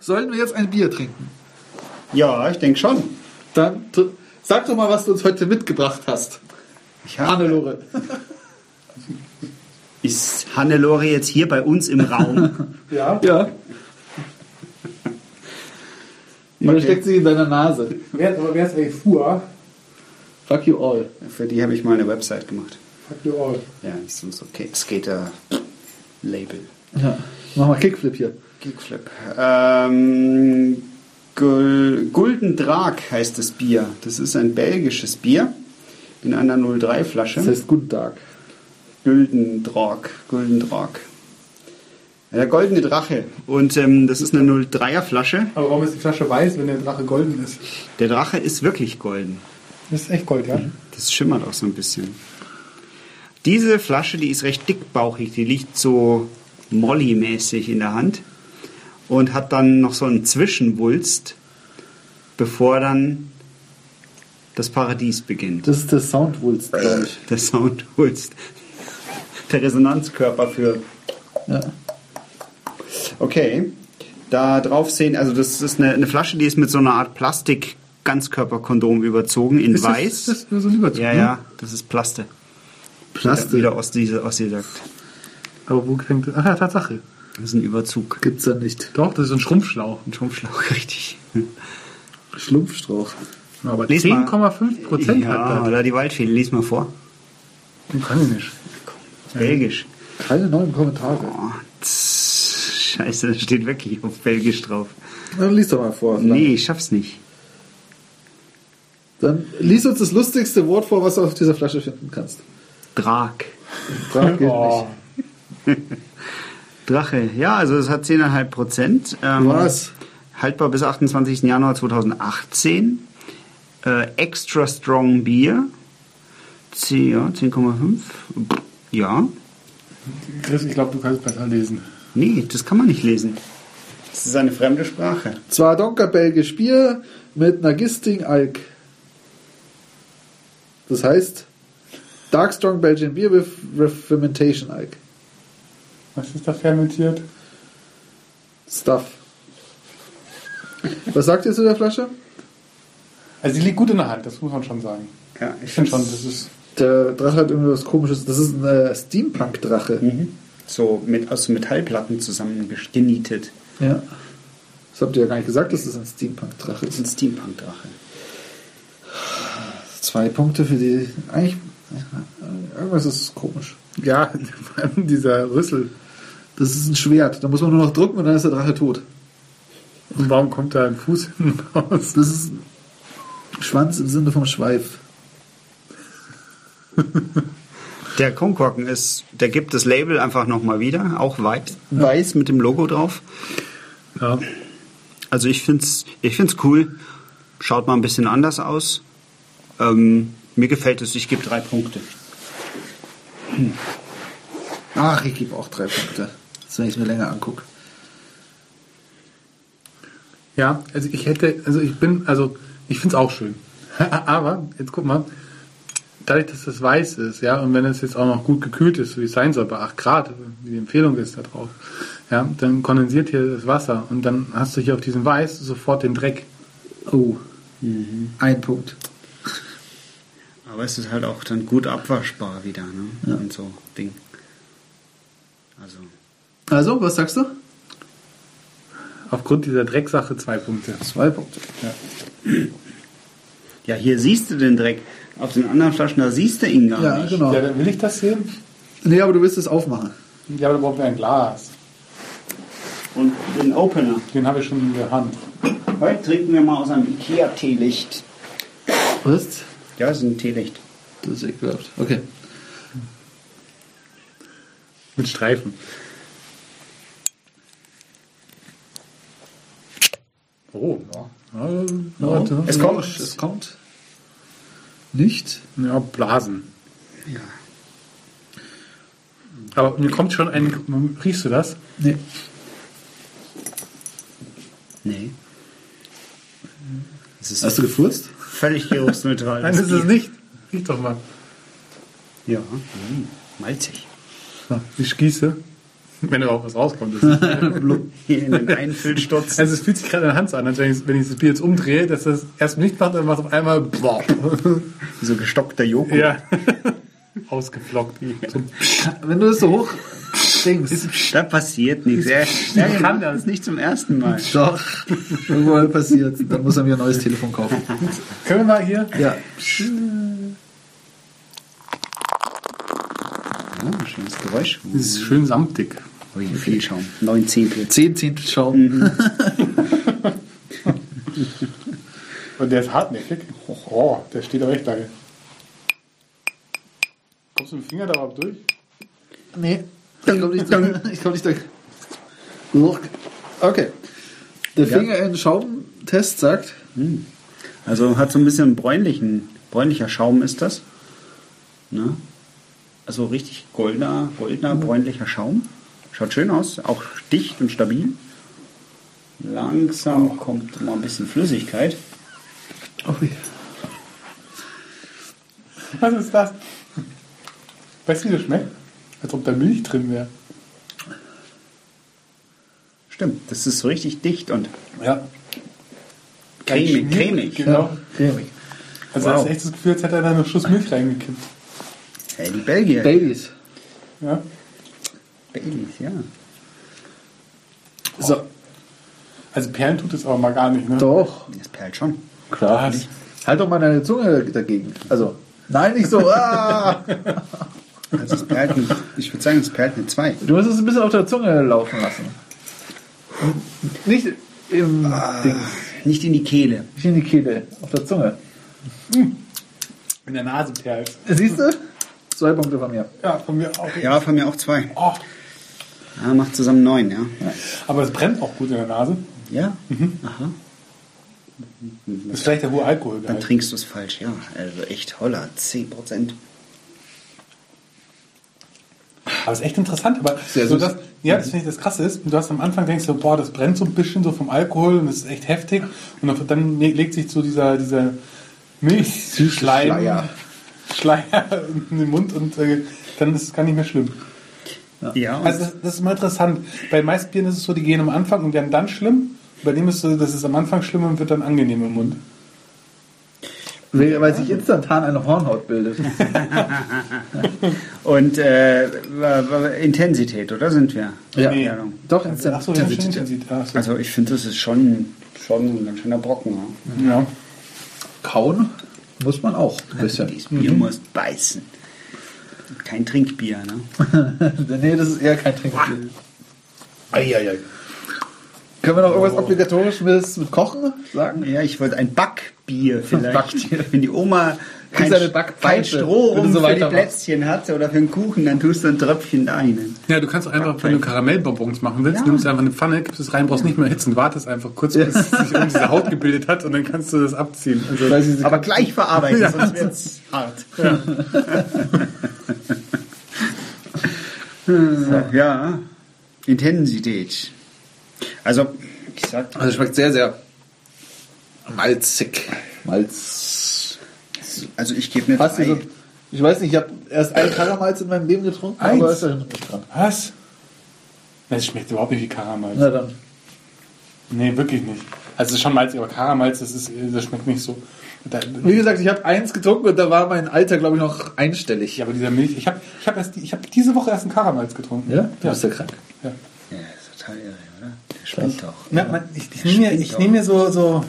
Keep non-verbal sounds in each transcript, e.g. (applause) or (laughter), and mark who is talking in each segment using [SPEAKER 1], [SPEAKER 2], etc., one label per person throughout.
[SPEAKER 1] Sollten wir jetzt ein Bier trinken?
[SPEAKER 2] Ja, ich denke schon.
[SPEAKER 1] Dann tr- sag doch mal, was du uns heute mitgebracht hast.
[SPEAKER 2] Ich habe-
[SPEAKER 1] Hannelore.
[SPEAKER 2] Ist Hannelore jetzt hier bei uns im Raum?
[SPEAKER 3] Ja,
[SPEAKER 1] Ja. Man
[SPEAKER 2] Okay.
[SPEAKER 1] steckt sie in deiner Nase.
[SPEAKER 3] wer, aber wer ist eigentlich Fua?
[SPEAKER 1] Fuck you all.
[SPEAKER 2] (laughs) Für die habe ich mal eine Website gemacht.
[SPEAKER 3] Fuck you all.
[SPEAKER 2] Ja, ist uns okay. Skater-Label.
[SPEAKER 1] Ja. Mach mal Kickflip hier.
[SPEAKER 2] Kickflip. Ähm, Gul- Gulden Drag heißt das Bier. Das ist ein belgisches Bier in einer 03-Flasche.
[SPEAKER 1] Das heißt Guten Tag.
[SPEAKER 2] Güldendrag, Güldendrag. Der goldene Drache. Und ähm, das ist eine 03er Flasche.
[SPEAKER 3] Aber warum ist die Flasche weiß, wenn der Drache golden ist?
[SPEAKER 2] Der Drache ist wirklich golden.
[SPEAKER 3] Das ist echt Gold, ja?
[SPEAKER 2] Das schimmert auch so ein bisschen. Diese Flasche, die ist recht dickbauchig. Die liegt so Molly-mäßig in der Hand und hat dann noch so einen Zwischenwulst, bevor dann das Paradies beginnt.
[SPEAKER 1] Das ist der Soundwulst, glaube ich.
[SPEAKER 2] Der Soundwulst. Der Resonanzkörper für
[SPEAKER 1] Ja.
[SPEAKER 2] Okay. Da drauf sehen, also das ist eine, eine Flasche, die ist mit so einer Art Plastik Ganzkörperkondom überzogen in
[SPEAKER 1] Ist das-
[SPEAKER 2] weiß.
[SPEAKER 1] das ist nur so ein Überzug,
[SPEAKER 2] ja,
[SPEAKER 1] ne?
[SPEAKER 2] ja, das ist Plaste.
[SPEAKER 1] Plaste.
[SPEAKER 2] Wieder aus dieser ausgesagt.
[SPEAKER 3] Aber wo fängt Ach ja, Tatsache.
[SPEAKER 2] Das ist ein Überzug.
[SPEAKER 1] Gibt's da nicht.
[SPEAKER 3] Doch, das ist ein Schrumpfschlauch.
[SPEAKER 2] Ein Schrumpfschlauch, (laughs) richtig.
[SPEAKER 1] Schlumpfstrauch.
[SPEAKER 3] Aber
[SPEAKER 2] Lies mal.
[SPEAKER 3] 10,5 Prozent
[SPEAKER 2] ja,
[SPEAKER 3] hat
[SPEAKER 2] oder die Waldfee, lies mal vor.
[SPEAKER 3] das. Kann ich nicht.
[SPEAKER 2] Belgisch.
[SPEAKER 1] Keine neuen Kommentare.
[SPEAKER 2] Oh, tss, scheiße, das steht wirklich auf Belgisch drauf.
[SPEAKER 1] Dann lies doch mal vor.
[SPEAKER 2] Nee, ich schaff's nicht.
[SPEAKER 1] Dann lies uns das lustigste Wort vor, was du auf dieser Flasche finden kannst.
[SPEAKER 2] Drag.
[SPEAKER 1] Frag geht
[SPEAKER 3] Oh.
[SPEAKER 1] nicht.
[SPEAKER 2] Drache. Ja, also es hat 10,5 Prozent. Ähm,
[SPEAKER 1] Was?
[SPEAKER 2] Haltbar bis 28. Januar 2018. Äh, extra strong Bier. C, ja, 10,5. Pff, Ja.
[SPEAKER 3] Chris, ich glaube, du kannst besser lesen.
[SPEAKER 2] Nee, das kann man nicht lesen. Das ist eine fremde Sprache.
[SPEAKER 1] Zwar Donker belgisch Bier mit einer Gisting Alk. Das heißt Dark Strong Belgian Beer with Ref- Fermentation Alk.
[SPEAKER 3] Was ist da fermentiert?
[SPEAKER 1] Stuff. Was sagt ihr zu der Flasche?
[SPEAKER 3] Also, die liegt gut in der Hand, das muss man schon sagen.
[SPEAKER 2] Ja, ich
[SPEAKER 3] Ich finde
[SPEAKER 2] finde
[SPEAKER 3] schon, das ist.
[SPEAKER 1] Der Drache hat irgendwas komisches. Das ist ein Steampunk-Drache.
[SPEAKER 3] Mhm.
[SPEAKER 2] so mit, aus so Metallplatten zusammengenietet.
[SPEAKER 1] Ja. Das habt ihr ja gar nicht gesagt, dass es ein Steampunk-Drache
[SPEAKER 2] Das ist
[SPEAKER 1] ist.
[SPEAKER 2] ein Steampunk-Drache.
[SPEAKER 1] Zwei Punkte für die. Eigentlich. Irgendwas ist komisch.
[SPEAKER 3] Ja, (laughs) vor allem dieser Rüssel.
[SPEAKER 1] Das ist ein Schwert. Da muss man nur noch drücken und dann ist der Drache tot.
[SPEAKER 3] Und warum kommt da ein Fuß hinten raus?
[SPEAKER 1] Das ist ein Schwanz im Sinne vom Schweif.
[SPEAKER 2] Der Kronkorken ist, der gibt das Label einfach nochmal wieder, auch weiß, weiß mit dem Logo drauf.
[SPEAKER 3] Ja.
[SPEAKER 2] Also ich finde es ich find's cool. Schaut mal ein bisschen anders aus. Ähm, mir gefällt es, ich gebe drei Punkte.
[SPEAKER 1] Ach, ich gebe auch drei Punkte. Das, wenn ich es mir länger angucke.
[SPEAKER 3] Ja, also ich hätte, also ich bin, also ich find's auch schön. (laughs) Aber, jetzt guck mal, dadurch, dass das weiß ist, ja, und wenn es jetzt auch noch gut gekühlt ist, so wie es sein soll, bei 8 Grad, wie die Empfehlung ist da drauf, ja, dann kondensiert hier das Wasser und dann hast du hier auf diesem Weiß sofort den Dreck.
[SPEAKER 1] Oh. Ein Punkt.
[SPEAKER 2] Aber es ist halt auch dann gut abwaschbar wieder, ne?
[SPEAKER 1] Ja.
[SPEAKER 2] Und so Ding. Also.
[SPEAKER 1] Also, was sagst du?
[SPEAKER 3] Aufgrund dieser Drecksache zwei Punkte.
[SPEAKER 1] Zwei Punkte.
[SPEAKER 2] Ja, hier siehst du den Dreck. Auf den anderen Flaschen, da siehst du ihn gar
[SPEAKER 1] Ja,
[SPEAKER 2] nicht.
[SPEAKER 1] genau.
[SPEAKER 3] dann will ich das sehen.
[SPEAKER 1] Nee, aber du willst es aufmachen.
[SPEAKER 3] Ja, aber da brauchen wir ein Glas.
[SPEAKER 2] Und den Opener.
[SPEAKER 3] Den habe ich schon in der Hand.
[SPEAKER 2] Heute trinken wir mal aus einem IKEA-Teelicht.
[SPEAKER 1] Was?
[SPEAKER 2] Ja, ist ein Teelicht.
[SPEAKER 1] Das ist ekelhaft. Okay.
[SPEAKER 3] Mit Streifen. Oh, ja. Ja, ja.
[SPEAKER 2] Es kommt.
[SPEAKER 1] Es kommt. Nicht?
[SPEAKER 3] Ja, Blasen.
[SPEAKER 2] Ja.
[SPEAKER 3] Aber mir kommt schon ein. Riechst du das?
[SPEAKER 1] Nee.
[SPEAKER 2] Nee. Es ist
[SPEAKER 1] Hast du gefurzt?
[SPEAKER 2] völlig geruchsneutral.
[SPEAKER 3] Nein, ist es nicht. Riech doch mal.
[SPEAKER 2] Ja. Mhm. hm, Malzig.
[SPEAKER 3] Ich gieße. Wenn überhaupt was rauskommt. Das ist,
[SPEAKER 2] Hier in den Einfüllsturz.
[SPEAKER 3] also es fühlt sich gerade an Hans an, als wenn ich, wenn ich das Bier jetzt umdrehe, dass das erst nicht macht, dann macht es auf einmal boah,
[SPEAKER 2] (laughs) so gestockter Joghurt.
[SPEAKER 3] ja, (laughs) ausgeflockt. So,
[SPEAKER 1] Wenn du das so hoch denkst.
[SPEAKER 2] Da passiert nichts. Er, er kann das nicht zum ersten Mal.
[SPEAKER 1] Doch, irgendwann passiert. Dann muss er mir ein neues Telefon kaufen.
[SPEAKER 3] können wir mal hier?
[SPEAKER 1] Ja,
[SPEAKER 2] Ah, schönes Geräusch.
[SPEAKER 3] Das ist schön samtig.
[SPEAKER 2] Ui, viel Schaum. Neun Zehntel.
[SPEAKER 1] 10 Zehntel Schaum.
[SPEAKER 3] Und der ist hartnäckig. Oh, oh, der steht aber echt lange. Kommst du mit dem Finger da überhaupt durch?
[SPEAKER 1] Nee, ich komme nicht durch. Ich komm nicht durch. Look. Okay. Der
[SPEAKER 2] Ja.
[SPEAKER 1] Finger in Schaumtest sagt,
[SPEAKER 2] Also hat so ein bisschen bräunlichen, bräunlicher Schaum ist das. Ne? Also richtig goldener, goldener, bräunlicher Schaum. Schaut schön aus, auch dicht und stabil. Langsam kommt mal ein bisschen Flüssigkeit.
[SPEAKER 1] okay.
[SPEAKER 3] Was ist das? Weißt du, wie das schmeckt? Als ob da Milch drin wäre.
[SPEAKER 2] Stimmt, das ist so richtig dicht und
[SPEAKER 3] Ja.
[SPEAKER 2] cremig.
[SPEAKER 3] Schmierig,
[SPEAKER 2] cremig.
[SPEAKER 3] Genau.
[SPEAKER 1] cremig.
[SPEAKER 3] Also
[SPEAKER 2] Wow.
[SPEAKER 3] hast du echt das Gefühl, als hätte einer einen Schuss Milch reingekippt.
[SPEAKER 2] Hey, die Belgier.
[SPEAKER 1] Baileys.
[SPEAKER 3] Ja.
[SPEAKER 2] Baileys, ja.
[SPEAKER 1] So,
[SPEAKER 3] Also Perlen tut es aber mal gar nicht, ne?
[SPEAKER 1] doch.
[SPEAKER 2] Das perlt schon.
[SPEAKER 3] Krass.
[SPEAKER 1] Halt doch mal deine Zunge dagegen. Also, nein, nicht so. Ah!
[SPEAKER 2] Also es perlt ein, ich würde sagen, es perlt eine 2.
[SPEAKER 1] Du musst es ein bisschen auf der Zunge laufen lassen. Nicht im Ding,
[SPEAKER 2] Nicht in die Kehle.
[SPEAKER 1] nicht in die Kehle, auf der Zunge.
[SPEAKER 3] In der Nase perlt.
[SPEAKER 1] Siehst du? Zwei Punkte von mir.
[SPEAKER 3] Ja, von mir auch.
[SPEAKER 2] Ja, von mir auch zwei.
[SPEAKER 3] Oh,
[SPEAKER 2] Ja, macht zusammen neun, ja.
[SPEAKER 3] aber es brennt auch gut in der Nase.
[SPEAKER 2] Ja? Aha.
[SPEAKER 3] Das ist vielleicht der hohe
[SPEAKER 2] Dann
[SPEAKER 3] Alkoholgehalt.
[SPEAKER 2] trinkst du es falsch, ja. Also echt holla, 10%.
[SPEAKER 3] Aber es ist echt interessant. Aber
[SPEAKER 1] Sehr
[SPEAKER 3] so
[SPEAKER 1] süß.
[SPEAKER 3] das, ja, das finde ich das Krasse ist. Du hast am Anfang denkst du, boah, das brennt so ein bisschen so vom Alkohol und es ist echt heftig. Und dann- dann legt sich so dieser, dieser Milchschleim
[SPEAKER 1] Schleier.
[SPEAKER 3] Schleier (laughs) in den Mund und äh, dann ist es gar nicht mehr schlimm.
[SPEAKER 2] Ja, und
[SPEAKER 3] Also das, das ist mal interessant. Bei den meisten Bieren ist es so, die gehen am Anfang und werden dann schlimm. Bei dem ist es so, das ist am Anfang schlimm und wird dann angenehm im Mund.
[SPEAKER 1] Weil weil sich instantan eine Hornhaut bildet.
[SPEAKER 2] und äh, wa- wa- Intensität, oder sind wir?
[SPEAKER 1] (laughs) Ja.
[SPEAKER 3] Nee.
[SPEAKER 1] Doch,
[SPEAKER 3] Ach so,
[SPEAKER 1] instantan.
[SPEAKER 3] ja, stimmt, man sieht. Ach so.
[SPEAKER 2] Also ich finde, das ist schon, schon ein ganz schöner Brocken. Ja.
[SPEAKER 3] ja.
[SPEAKER 1] Kauen muss man auch ein bisschen.
[SPEAKER 2] Dieses Bier muss beißen. Kein Trinkbier, ne?
[SPEAKER 1] (laughs) nee, das ist eher kein Trinkspiel. Können wir noch irgendwas Obligatorisches mit Kochen sagen?
[SPEAKER 2] Ja, ich wollte ein Backbier vielleicht.
[SPEAKER 1] Backbier.
[SPEAKER 2] Wenn die Oma kein,
[SPEAKER 1] seine
[SPEAKER 2] kein
[SPEAKER 1] Backpfeife,
[SPEAKER 2] Stroh
[SPEAKER 1] wenn du
[SPEAKER 2] um
[SPEAKER 1] so
[SPEAKER 2] für die
[SPEAKER 1] weitermachst.
[SPEAKER 2] Plätzchen hat oder für einen Kuchen, dann tust du ein Tröpfchen ein.
[SPEAKER 3] Ja, du kannst auch einfach, wenn du Karamellbonbons machen willst,
[SPEAKER 2] Ja.
[SPEAKER 3] nimmst du einfach eine Pfanne, gibst es rein, brauchst nicht mehr hitzen, wartest einfach kurz, bis sich um diese Haut gebildet hat und dann kannst du das abziehen. Also,
[SPEAKER 1] Weil sie-
[SPEAKER 2] Aber gleich (laughs) verarbeiten,
[SPEAKER 3] Ja.
[SPEAKER 2] sonst wird's hart. Ja. ja, Intensität. Also, ich sag,
[SPEAKER 1] Also schmeckt sehr, sehr malzig. Malz.
[SPEAKER 2] also ich gebe mir
[SPEAKER 1] Hast du so,
[SPEAKER 2] drei.
[SPEAKER 1] ich weiß nicht, ich habe erst ein Karamalz in meinem Leben getrunken,
[SPEAKER 3] Eins?
[SPEAKER 1] aber ist ja schon dran.
[SPEAKER 3] was? Das schmeckt überhaupt nicht wie Karamell.
[SPEAKER 1] Na dann.
[SPEAKER 3] Nee, wirklich nicht. Also es ist schon malzig, aber Karamell, das, ist, das schmeckt nicht so. Da,
[SPEAKER 1] Wie gesagt, ich habe eins getrunken und da war mein Alter, glaube ich, noch einstellig.
[SPEAKER 3] ja, aber dieser Milch, ich habe ich hab erst die- ich hab diese Woche erst einen Karamell getrunken.
[SPEAKER 1] Ja? Du
[SPEAKER 3] ja.
[SPEAKER 1] bist ja krank.
[SPEAKER 3] ja.
[SPEAKER 2] Ja, ist total irre, oder? Der spinnt doch.
[SPEAKER 3] Na, man, ich, ich nehme mir, ich nehm mir so, so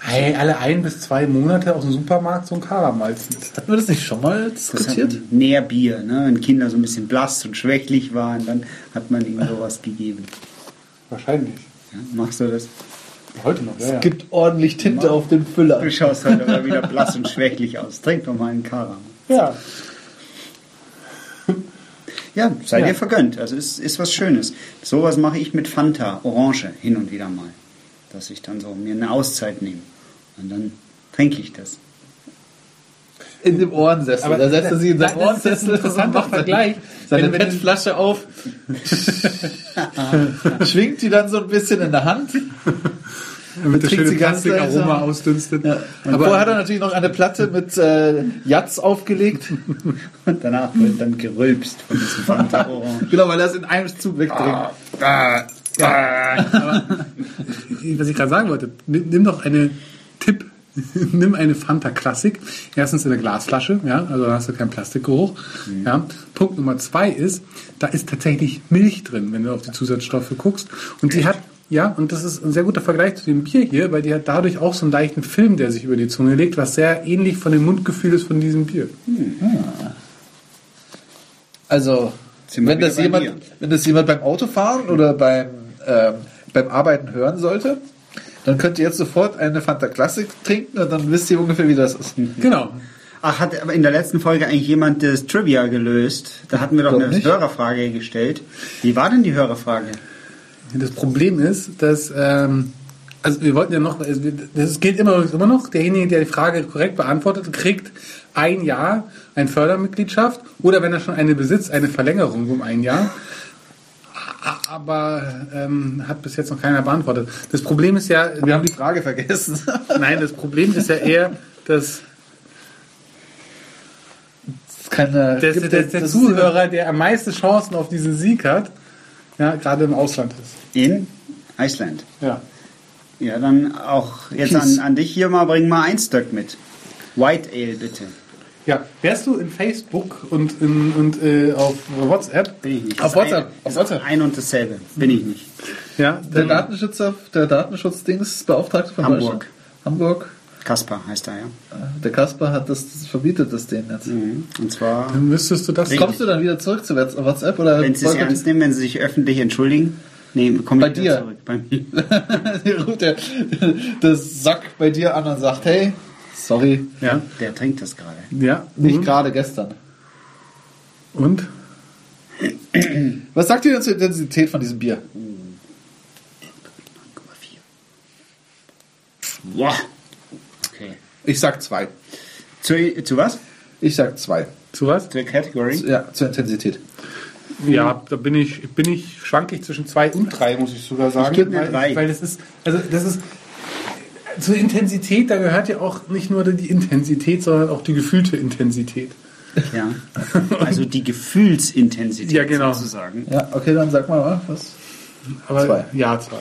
[SPEAKER 3] hey, alle ein bis zwei Monate aus dem Supermarkt so ein Karamalz mit.
[SPEAKER 1] Hatten wir das nicht schon mal
[SPEAKER 2] Das
[SPEAKER 1] diskutiert?
[SPEAKER 2] hat mehr Bier, ne? Wenn Kinder so ein bisschen blass und schwächlich waren, dann hat man ihnen sowas gegeben.
[SPEAKER 3] Wahrscheinlich.
[SPEAKER 2] Ja, machst du das?
[SPEAKER 3] Heute noch, ja.
[SPEAKER 1] Es
[SPEAKER 3] ja.
[SPEAKER 1] gibt ordentlich Tinte auf dem Füller.
[SPEAKER 2] Du schaust heute aber wieder blass und schwächlich aus. Trink doch mal einen Karam.
[SPEAKER 3] ja.
[SPEAKER 2] Ja, sei
[SPEAKER 3] Ja.
[SPEAKER 2] dir vergönnt. Also es ist was Schönes. Sowas mache ich mit Fanta, Orange, hin und wieder mal. Dass ich dann so mir eine Auszeit nehme. Und dann trinke ich das. (laughs)
[SPEAKER 1] In dem Ohrensessel.
[SPEAKER 3] Aber-
[SPEAKER 1] da setzt er sie in
[SPEAKER 3] Da-
[SPEAKER 1] seinen
[SPEAKER 3] das ist ein
[SPEAKER 1] Ohrensessel und
[SPEAKER 3] interessanter
[SPEAKER 1] macht seine-
[SPEAKER 3] Vergleich.
[SPEAKER 1] seine
[SPEAKER 3] Wenn- wenn-
[SPEAKER 1] PET-Flasche auf. (laughs) schwingt die dann so ein bisschen in der Hand.
[SPEAKER 3] Damit das
[SPEAKER 1] trinkt
[SPEAKER 3] schöne
[SPEAKER 1] sie ganz
[SPEAKER 3] Plastikaroma
[SPEAKER 1] langsam.
[SPEAKER 3] ausdünstet.
[SPEAKER 1] Ja. Und
[SPEAKER 3] Aber
[SPEAKER 1] vorher hat er natürlich noch eine Platte mit äh, Jatz (laughs) aufgelegt.
[SPEAKER 4] Und danach wird dann gerülpst von diesem Fanta
[SPEAKER 3] (laughs)
[SPEAKER 4] Orange.
[SPEAKER 1] genau, weil er es in einem Zug wegtrinkt.
[SPEAKER 3] was ich gerade sagen wollte, nimm, nimm doch eine Tipp, (laughs) nimm eine Fanta Classic. Erstens in der Glasflasche, ja, also da hast du keinen Plastikgeruch. Ja. Punkt Nummer zwei ist, da ist tatsächlich Milch drin, wenn du auf die Zusatzstoffe guckst. Und die hat, ja, und das ist ein sehr guter Vergleich zu dem Bier hier, weil die hat dadurch auch so einen leichten Film, der sich über die Zunge legt, was sehr ähnlich von dem Mundgefühl ist von diesem Bier.
[SPEAKER 1] Also,
[SPEAKER 4] Sind wir
[SPEAKER 1] wenn das,
[SPEAKER 4] wieder bei
[SPEAKER 1] jemand, wenn das jemand beim Autofahren oder beim, ähm, beim Arbeiten hören sollte, dann könnt ihr jetzt sofort eine Fanta Classic trinken und dann wisst ihr ungefähr, wie das ist.
[SPEAKER 3] Genau.
[SPEAKER 2] Ach, hat aber in der letzten Folge eigentlich jemand das Trivia gelöst? Da hatten wir doch
[SPEAKER 1] Glaub
[SPEAKER 2] eine
[SPEAKER 1] nicht.
[SPEAKER 2] Hörerfrage gestellt. Wie war denn die Hörerfrage?
[SPEAKER 3] Das Problem ist, dass ähm, also wir wollten ja noch, also wir- das gilt immer, immer noch, derjenige, der die Frage korrekt beantwortet, kriegt ein Jahr eine Fördermitgliedschaft oder wenn er schon eine besitzt, eine Verlängerung um ein Jahr. A- Aber ähm, hat bis jetzt noch keiner beantwortet. Das Problem ist ja,
[SPEAKER 1] Wir haben die Frage vergessen. (laughs)
[SPEAKER 3] nein, das Problem ist ja eher, dass
[SPEAKER 1] Das ist keine,
[SPEAKER 3] der,
[SPEAKER 1] gibt-
[SPEAKER 3] der, der
[SPEAKER 1] das ist-
[SPEAKER 3] Zuhörer, der am meisten Chancen auf diesen Sieg hat, ja, gerade im Ausland ist.
[SPEAKER 2] In Iceland.
[SPEAKER 3] Ja.
[SPEAKER 2] Ja, dann auch jetzt an, an dich hier mal, bring mal ein Stöck mit. White Ale bitte.
[SPEAKER 3] Ja, wärst du in Facebook und, in, und äh, auf WhatsApp?
[SPEAKER 2] Bin ich nicht.
[SPEAKER 3] Auf
[SPEAKER 2] Ist ein-
[SPEAKER 3] WhatsApp. Auf
[SPEAKER 2] ist
[SPEAKER 3] WhatsApp.
[SPEAKER 2] Ein und dasselbe. Bin ich nicht.
[SPEAKER 3] Ja,
[SPEAKER 1] Der
[SPEAKER 3] dann,
[SPEAKER 1] Datenschützer, der Datenschutzdingsbeauftragte von
[SPEAKER 2] Hamburg.
[SPEAKER 1] Deutschland. Hamburg.
[SPEAKER 2] Kaspar heißt er, ja.
[SPEAKER 1] Äh, Der Kasper hat das, das verbietet das denen jetzt.
[SPEAKER 2] Mhm. Und zwar,
[SPEAKER 3] dann müsstest du das.
[SPEAKER 1] Kommst du dann wieder zurück zu Whats- WhatsApp oder
[SPEAKER 2] wenn sie
[SPEAKER 1] (laughs)
[SPEAKER 2] es ernst nehmen, wenn sie sich öffentlich entschuldigen, nee, komm
[SPEAKER 1] Bei
[SPEAKER 2] ich wieder
[SPEAKER 1] dir.
[SPEAKER 2] zurück. Bei mir.
[SPEAKER 1] ruft der, der Sack bei dir an und sagt, hey, sorry,
[SPEAKER 3] Ja,
[SPEAKER 2] Der trinkt das gerade.
[SPEAKER 3] ja.
[SPEAKER 1] nicht
[SPEAKER 3] Mhm.
[SPEAKER 1] gerade gestern.
[SPEAKER 3] Und?
[SPEAKER 1] Was sagt ihr denn zur Intensität von diesem Bier?
[SPEAKER 2] Boah. Okay.
[SPEAKER 1] Ich sag zwei.
[SPEAKER 2] Zu, zu was?
[SPEAKER 1] Ich sag zwei.
[SPEAKER 3] Zu was?
[SPEAKER 2] Zur Category?
[SPEAKER 1] Ja, zur Intensität.
[SPEAKER 3] Ja, da bin ich, bin ich schwankig zwischen zwei und drei, muss ich sogar sagen.
[SPEAKER 2] Ich geb mir
[SPEAKER 3] weil,
[SPEAKER 2] drei.
[SPEAKER 3] weil das ist, also das ist zur Intensität, da gehört ja auch nicht nur die Intensität, sondern auch die gefühlte Intensität. (laughs)
[SPEAKER 2] Ja. Also die Gefühlsintensität
[SPEAKER 3] Ja, genau.
[SPEAKER 2] sozusagen.
[SPEAKER 1] Ja, okay, dann sag mal mal, was?
[SPEAKER 3] Aber
[SPEAKER 1] Zwei.
[SPEAKER 3] ja, zwei.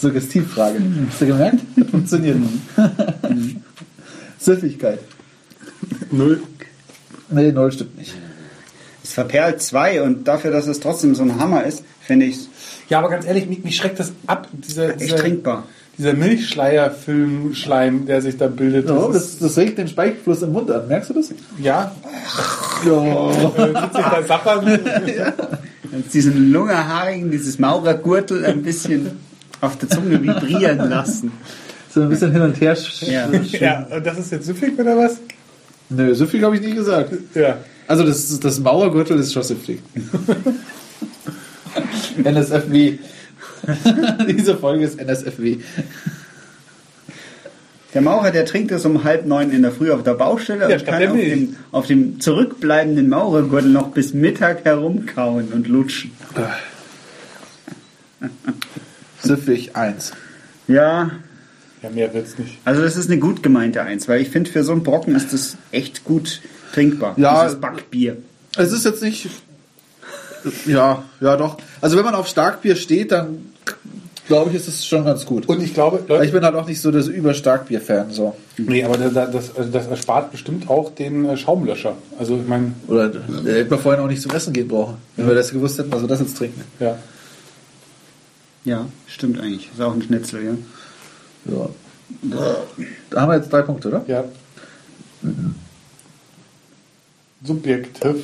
[SPEAKER 1] Suggestivfrage. Hast du gemerkt? Hat Funktioniert. (laughs) Süffigkeit.
[SPEAKER 3] (laughs) Null.
[SPEAKER 1] Nee, null stimmt nicht.
[SPEAKER 2] Es verperlt zwei und dafür, dass es trotzdem so ein Hammer ist, finde ich es
[SPEAKER 3] Ja, aber ganz ehrlich, mich, mich schreckt das ab. Dieser,
[SPEAKER 2] echt
[SPEAKER 3] dieser,
[SPEAKER 2] trinkbar.
[SPEAKER 3] dieser Milchschleierfilmschleim, der sich da bildet.
[SPEAKER 1] Oh,
[SPEAKER 3] das ist,
[SPEAKER 1] das, das regt den Speichfluss im Mund an. Merkst du das?
[SPEAKER 3] ja,
[SPEAKER 1] Ja.
[SPEAKER 3] äh, sitzt sich da (laughs) sappern.
[SPEAKER 2] Wenn's diesen Lungerhaarigen, dieses Maurergürtel ein bisschen auf der Zunge vibrieren lassen.
[SPEAKER 1] So ein bisschen hin und her. sch-
[SPEAKER 2] Ja.
[SPEAKER 1] sch-
[SPEAKER 3] ja, und das ist jetzt süffig oder was?
[SPEAKER 1] Nö, so viel habe ich nicht gesagt.
[SPEAKER 3] Ja.
[SPEAKER 1] Also das, das Mauergürtel ist schon (laughs) süffig. NSFW. (laughs) Diese Folge ist NSFW.
[SPEAKER 2] Der Maurer, der trinkt es um halb neun in der Früh auf der Baustelle
[SPEAKER 3] Ja,
[SPEAKER 2] und
[SPEAKER 3] statt
[SPEAKER 2] kann
[SPEAKER 3] der
[SPEAKER 2] auf
[SPEAKER 3] Milch.
[SPEAKER 2] dem, auf dem zurückbleibenden Maurergürtel noch bis Mittag herumkauen und lutschen.
[SPEAKER 1] Äh. (laughs) Süffig 1.
[SPEAKER 2] Ja,
[SPEAKER 3] Ja, mehr wird's nicht.
[SPEAKER 2] also das ist eine gut gemeinte Eins, weil ich finde, für so einen Brocken ist das echt gut trinkbar.
[SPEAKER 1] Ja.
[SPEAKER 2] Dieses Backbier.
[SPEAKER 1] Es ist jetzt nicht. Ja, ja doch. Also wenn man auf Starkbier steht, dann glaube ich, ist es schon ganz gut.
[SPEAKER 3] Und ich glaube,
[SPEAKER 1] Weil ich
[SPEAKER 3] Leute,
[SPEAKER 1] bin halt auch nicht so das Überstarkbier-Fan so.
[SPEAKER 3] nee, aber das, das, also das erspart bestimmt auch den äh, Schaumlöscher. Also ich meine,
[SPEAKER 1] Oder äh, hätten wir vorhin auch nicht zum Essen gehen brauchen, wenn wir das gewusst hätten, also das jetzt trinken.
[SPEAKER 3] ja.
[SPEAKER 2] Ja, stimmt eigentlich. Ist auch ein Schnitzel, ja.
[SPEAKER 1] Ja. Da haben wir jetzt drei Punkte, oder?
[SPEAKER 3] ja. Subjektiv.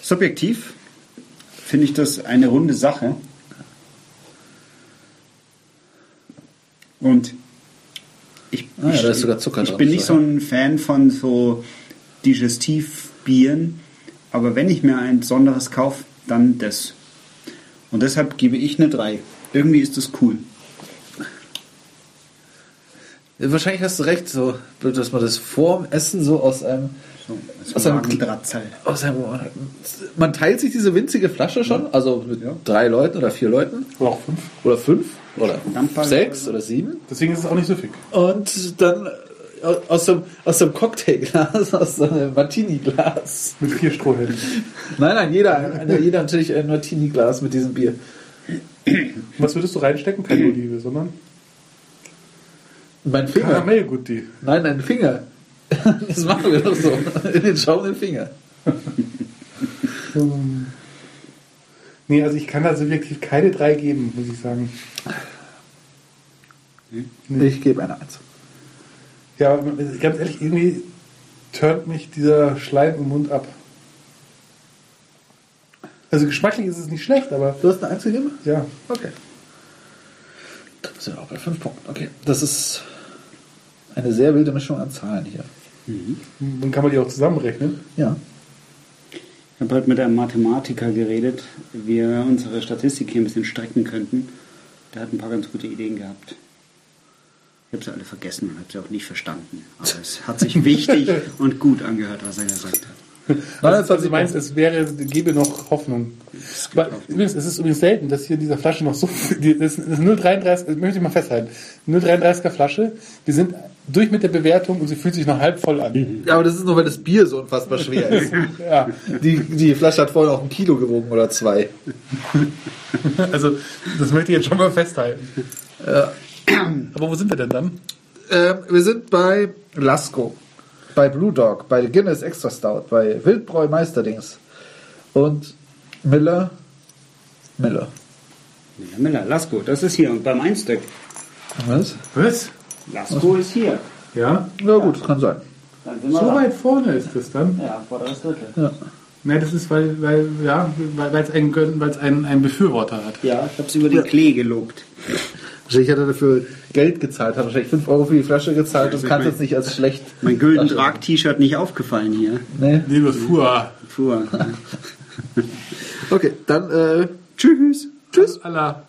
[SPEAKER 2] Subjektiv finde ich das eine runde Sache. Und ich,
[SPEAKER 1] Ah ja,
[SPEAKER 2] ich,
[SPEAKER 1] da ist sogar Zucker
[SPEAKER 2] ich
[SPEAKER 1] dran,
[SPEAKER 2] bin nicht
[SPEAKER 1] so,
[SPEAKER 2] so ein Fan von so Digestivbieren, aber wenn ich mir ein besonderes kaufe, dann das. Und deshalb gebe ich eine 3. Irgendwie ist das cool.
[SPEAKER 1] Wahrscheinlich hast du recht, so, dass man das vorm Essen so aus einem
[SPEAKER 2] So,
[SPEAKER 1] Aus
[SPEAKER 2] das war
[SPEAKER 1] einem
[SPEAKER 2] ein Drahtseil.
[SPEAKER 1] Außerdem, Oh, man teilt sich diese winzige Flasche schon, also mit
[SPEAKER 2] Ja.
[SPEAKER 1] drei Leuten oder vier Leuten
[SPEAKER 3] Oder auch fünf.
[SPEAKER 1] oder fünf oder
[SPEAKER 2] Dampfer-
[SPEAKER 1] sechs oder sieben.
[SPEAKER 3] Deswegen ist es auch nicht so viel.
[SPEAKER 1] Und dann äh, aus dem, aus dem Cocktailglas, (laughs) aus einem Martini-Glas.
[SPEAKER 3] Mit vier Strohhelmen.
[SPEAKER 1] Nein, nein, jeder, einer- jeder natürlich ein Martini-Glas mit diesem Bier.
[SPEAKER 3] Was würdest du reinstecken? Keine Olive, sondern Ah,
[SPEAKER 1] Mein Finger.
[SPEAKER 3] Karamellgutti.
[SPEAKER 1] Nein, ein Finger. (laughs) Das machen wir doch so. In den Schaum den Finger.
[SPEAKER 3] Nee, also ich kann da subjektiv keine drei geben, muss ich sagen.
[SPEAKER 1] Ich gebe eine Eins.
[SPEAKER 3] Ja, aber ganz ehrlich, irgendwie turnt mich dieser Schleim im Mund ab. Also geschmacklich ist es nicht schlecht, aber
[SPEAKER 1] Du hast eine Eins gegeben?
[SPEAKER 3] ja.
[SPEAKER 1] Okay. Dann sind wir auch bei fünf Punkten. Okay. Das ist eine sehr wilde Mischung an Zahlen hier.
[SPEAKER 3] Dann kann man die auch zusammenrechnen.
[SPEAKER 1] Ja.
[SPEAKER 2] Ich habe heute mit einem Mathematiker geredet, wie wir unsere Statistik hier ein bisschen strecken könnten. Der hat ein paar ganz gute Ideen gehabt. Ich habe sie alle vergessen und habe sie auch nicht verstanden. Aber es hat sich wichtig und gut angehört, was er gesagt hat.
[SPEAKER 3] Also, also du meinst, es wäre, gäbe noch Hoffnung. Aber übrigens, es ist übrigens selten, dass hier in dieser Flasche noch so viel, die- das ist 0,33, das möchte ich mal festhalten, 0,33er Flasche, wir sind durch mit der Bewertung und sie fühlt sich noch halb voll an.
[SPEAKER 1] Ja, aber das ist nur, weil das Bier so unfassbar schwer (laughs) ist.
[SPEAKER 3] Ja,
[SPEAKER 1] Die, die Flasche hat vorhin auch ein Kilo gewogen oder zwei.
[SPEAKER 3] also das möchte ich jetzt schon mal festhalten. Aber wo sind wir denn dann?
[SPEAKER 1] Ähm, wir sind bei Lasco, bei Blue Dog, bei Guinness Extra Stout, bei Wildbräu Meisterdings und Miller. Miller.
[SPEAKER 2] Miller, Miller, Lasko, das ist hier. Und beim Einsteck.
[SPEAKER 1] Was?
[SPEAKER 3] Was?
[SPEAKER 2] Lasko ist hier.
[SPEAKER 3] Ja,
[SPEAKER 1] Ja, gut, kann sein.
[SPEAKER 2] Dann sind wir
[SPEAKER 3] so
[SPEAKER 2] da.
[SPEAKER 3] weit vorne ist das dann.
[SPEAKER 2] Ja, vorderes Drittel.
[SPEAKER 3] Ne, das ist, weil weil, ja, weil es einen, Gönn- weil's einen, einen Befürworter hat.
[SPEAKER 2] Ja, ich habe es über den Klee gelobt.
[SPEAKER 1] Wahrscheinlich hat er dafür Geld gezahlt, hat wahrscheinlich 5 Euro für die Flasche gezahlt und kann es jetzt nicht als schlecht. ne?
[SPEAKER 2] Mein gülden Drag-T-Shirt nicht aufgefallen hier.
[SPEAKER 1] Nee.
[SPEAKER 3] Nee, Befür.
[SPEAKER 2] Puh.
[SPEAKER 1] Okay, dann äh,
[SPEAKER 2] Tschüss.
[SPEAKER 3] Tschüss. Allah.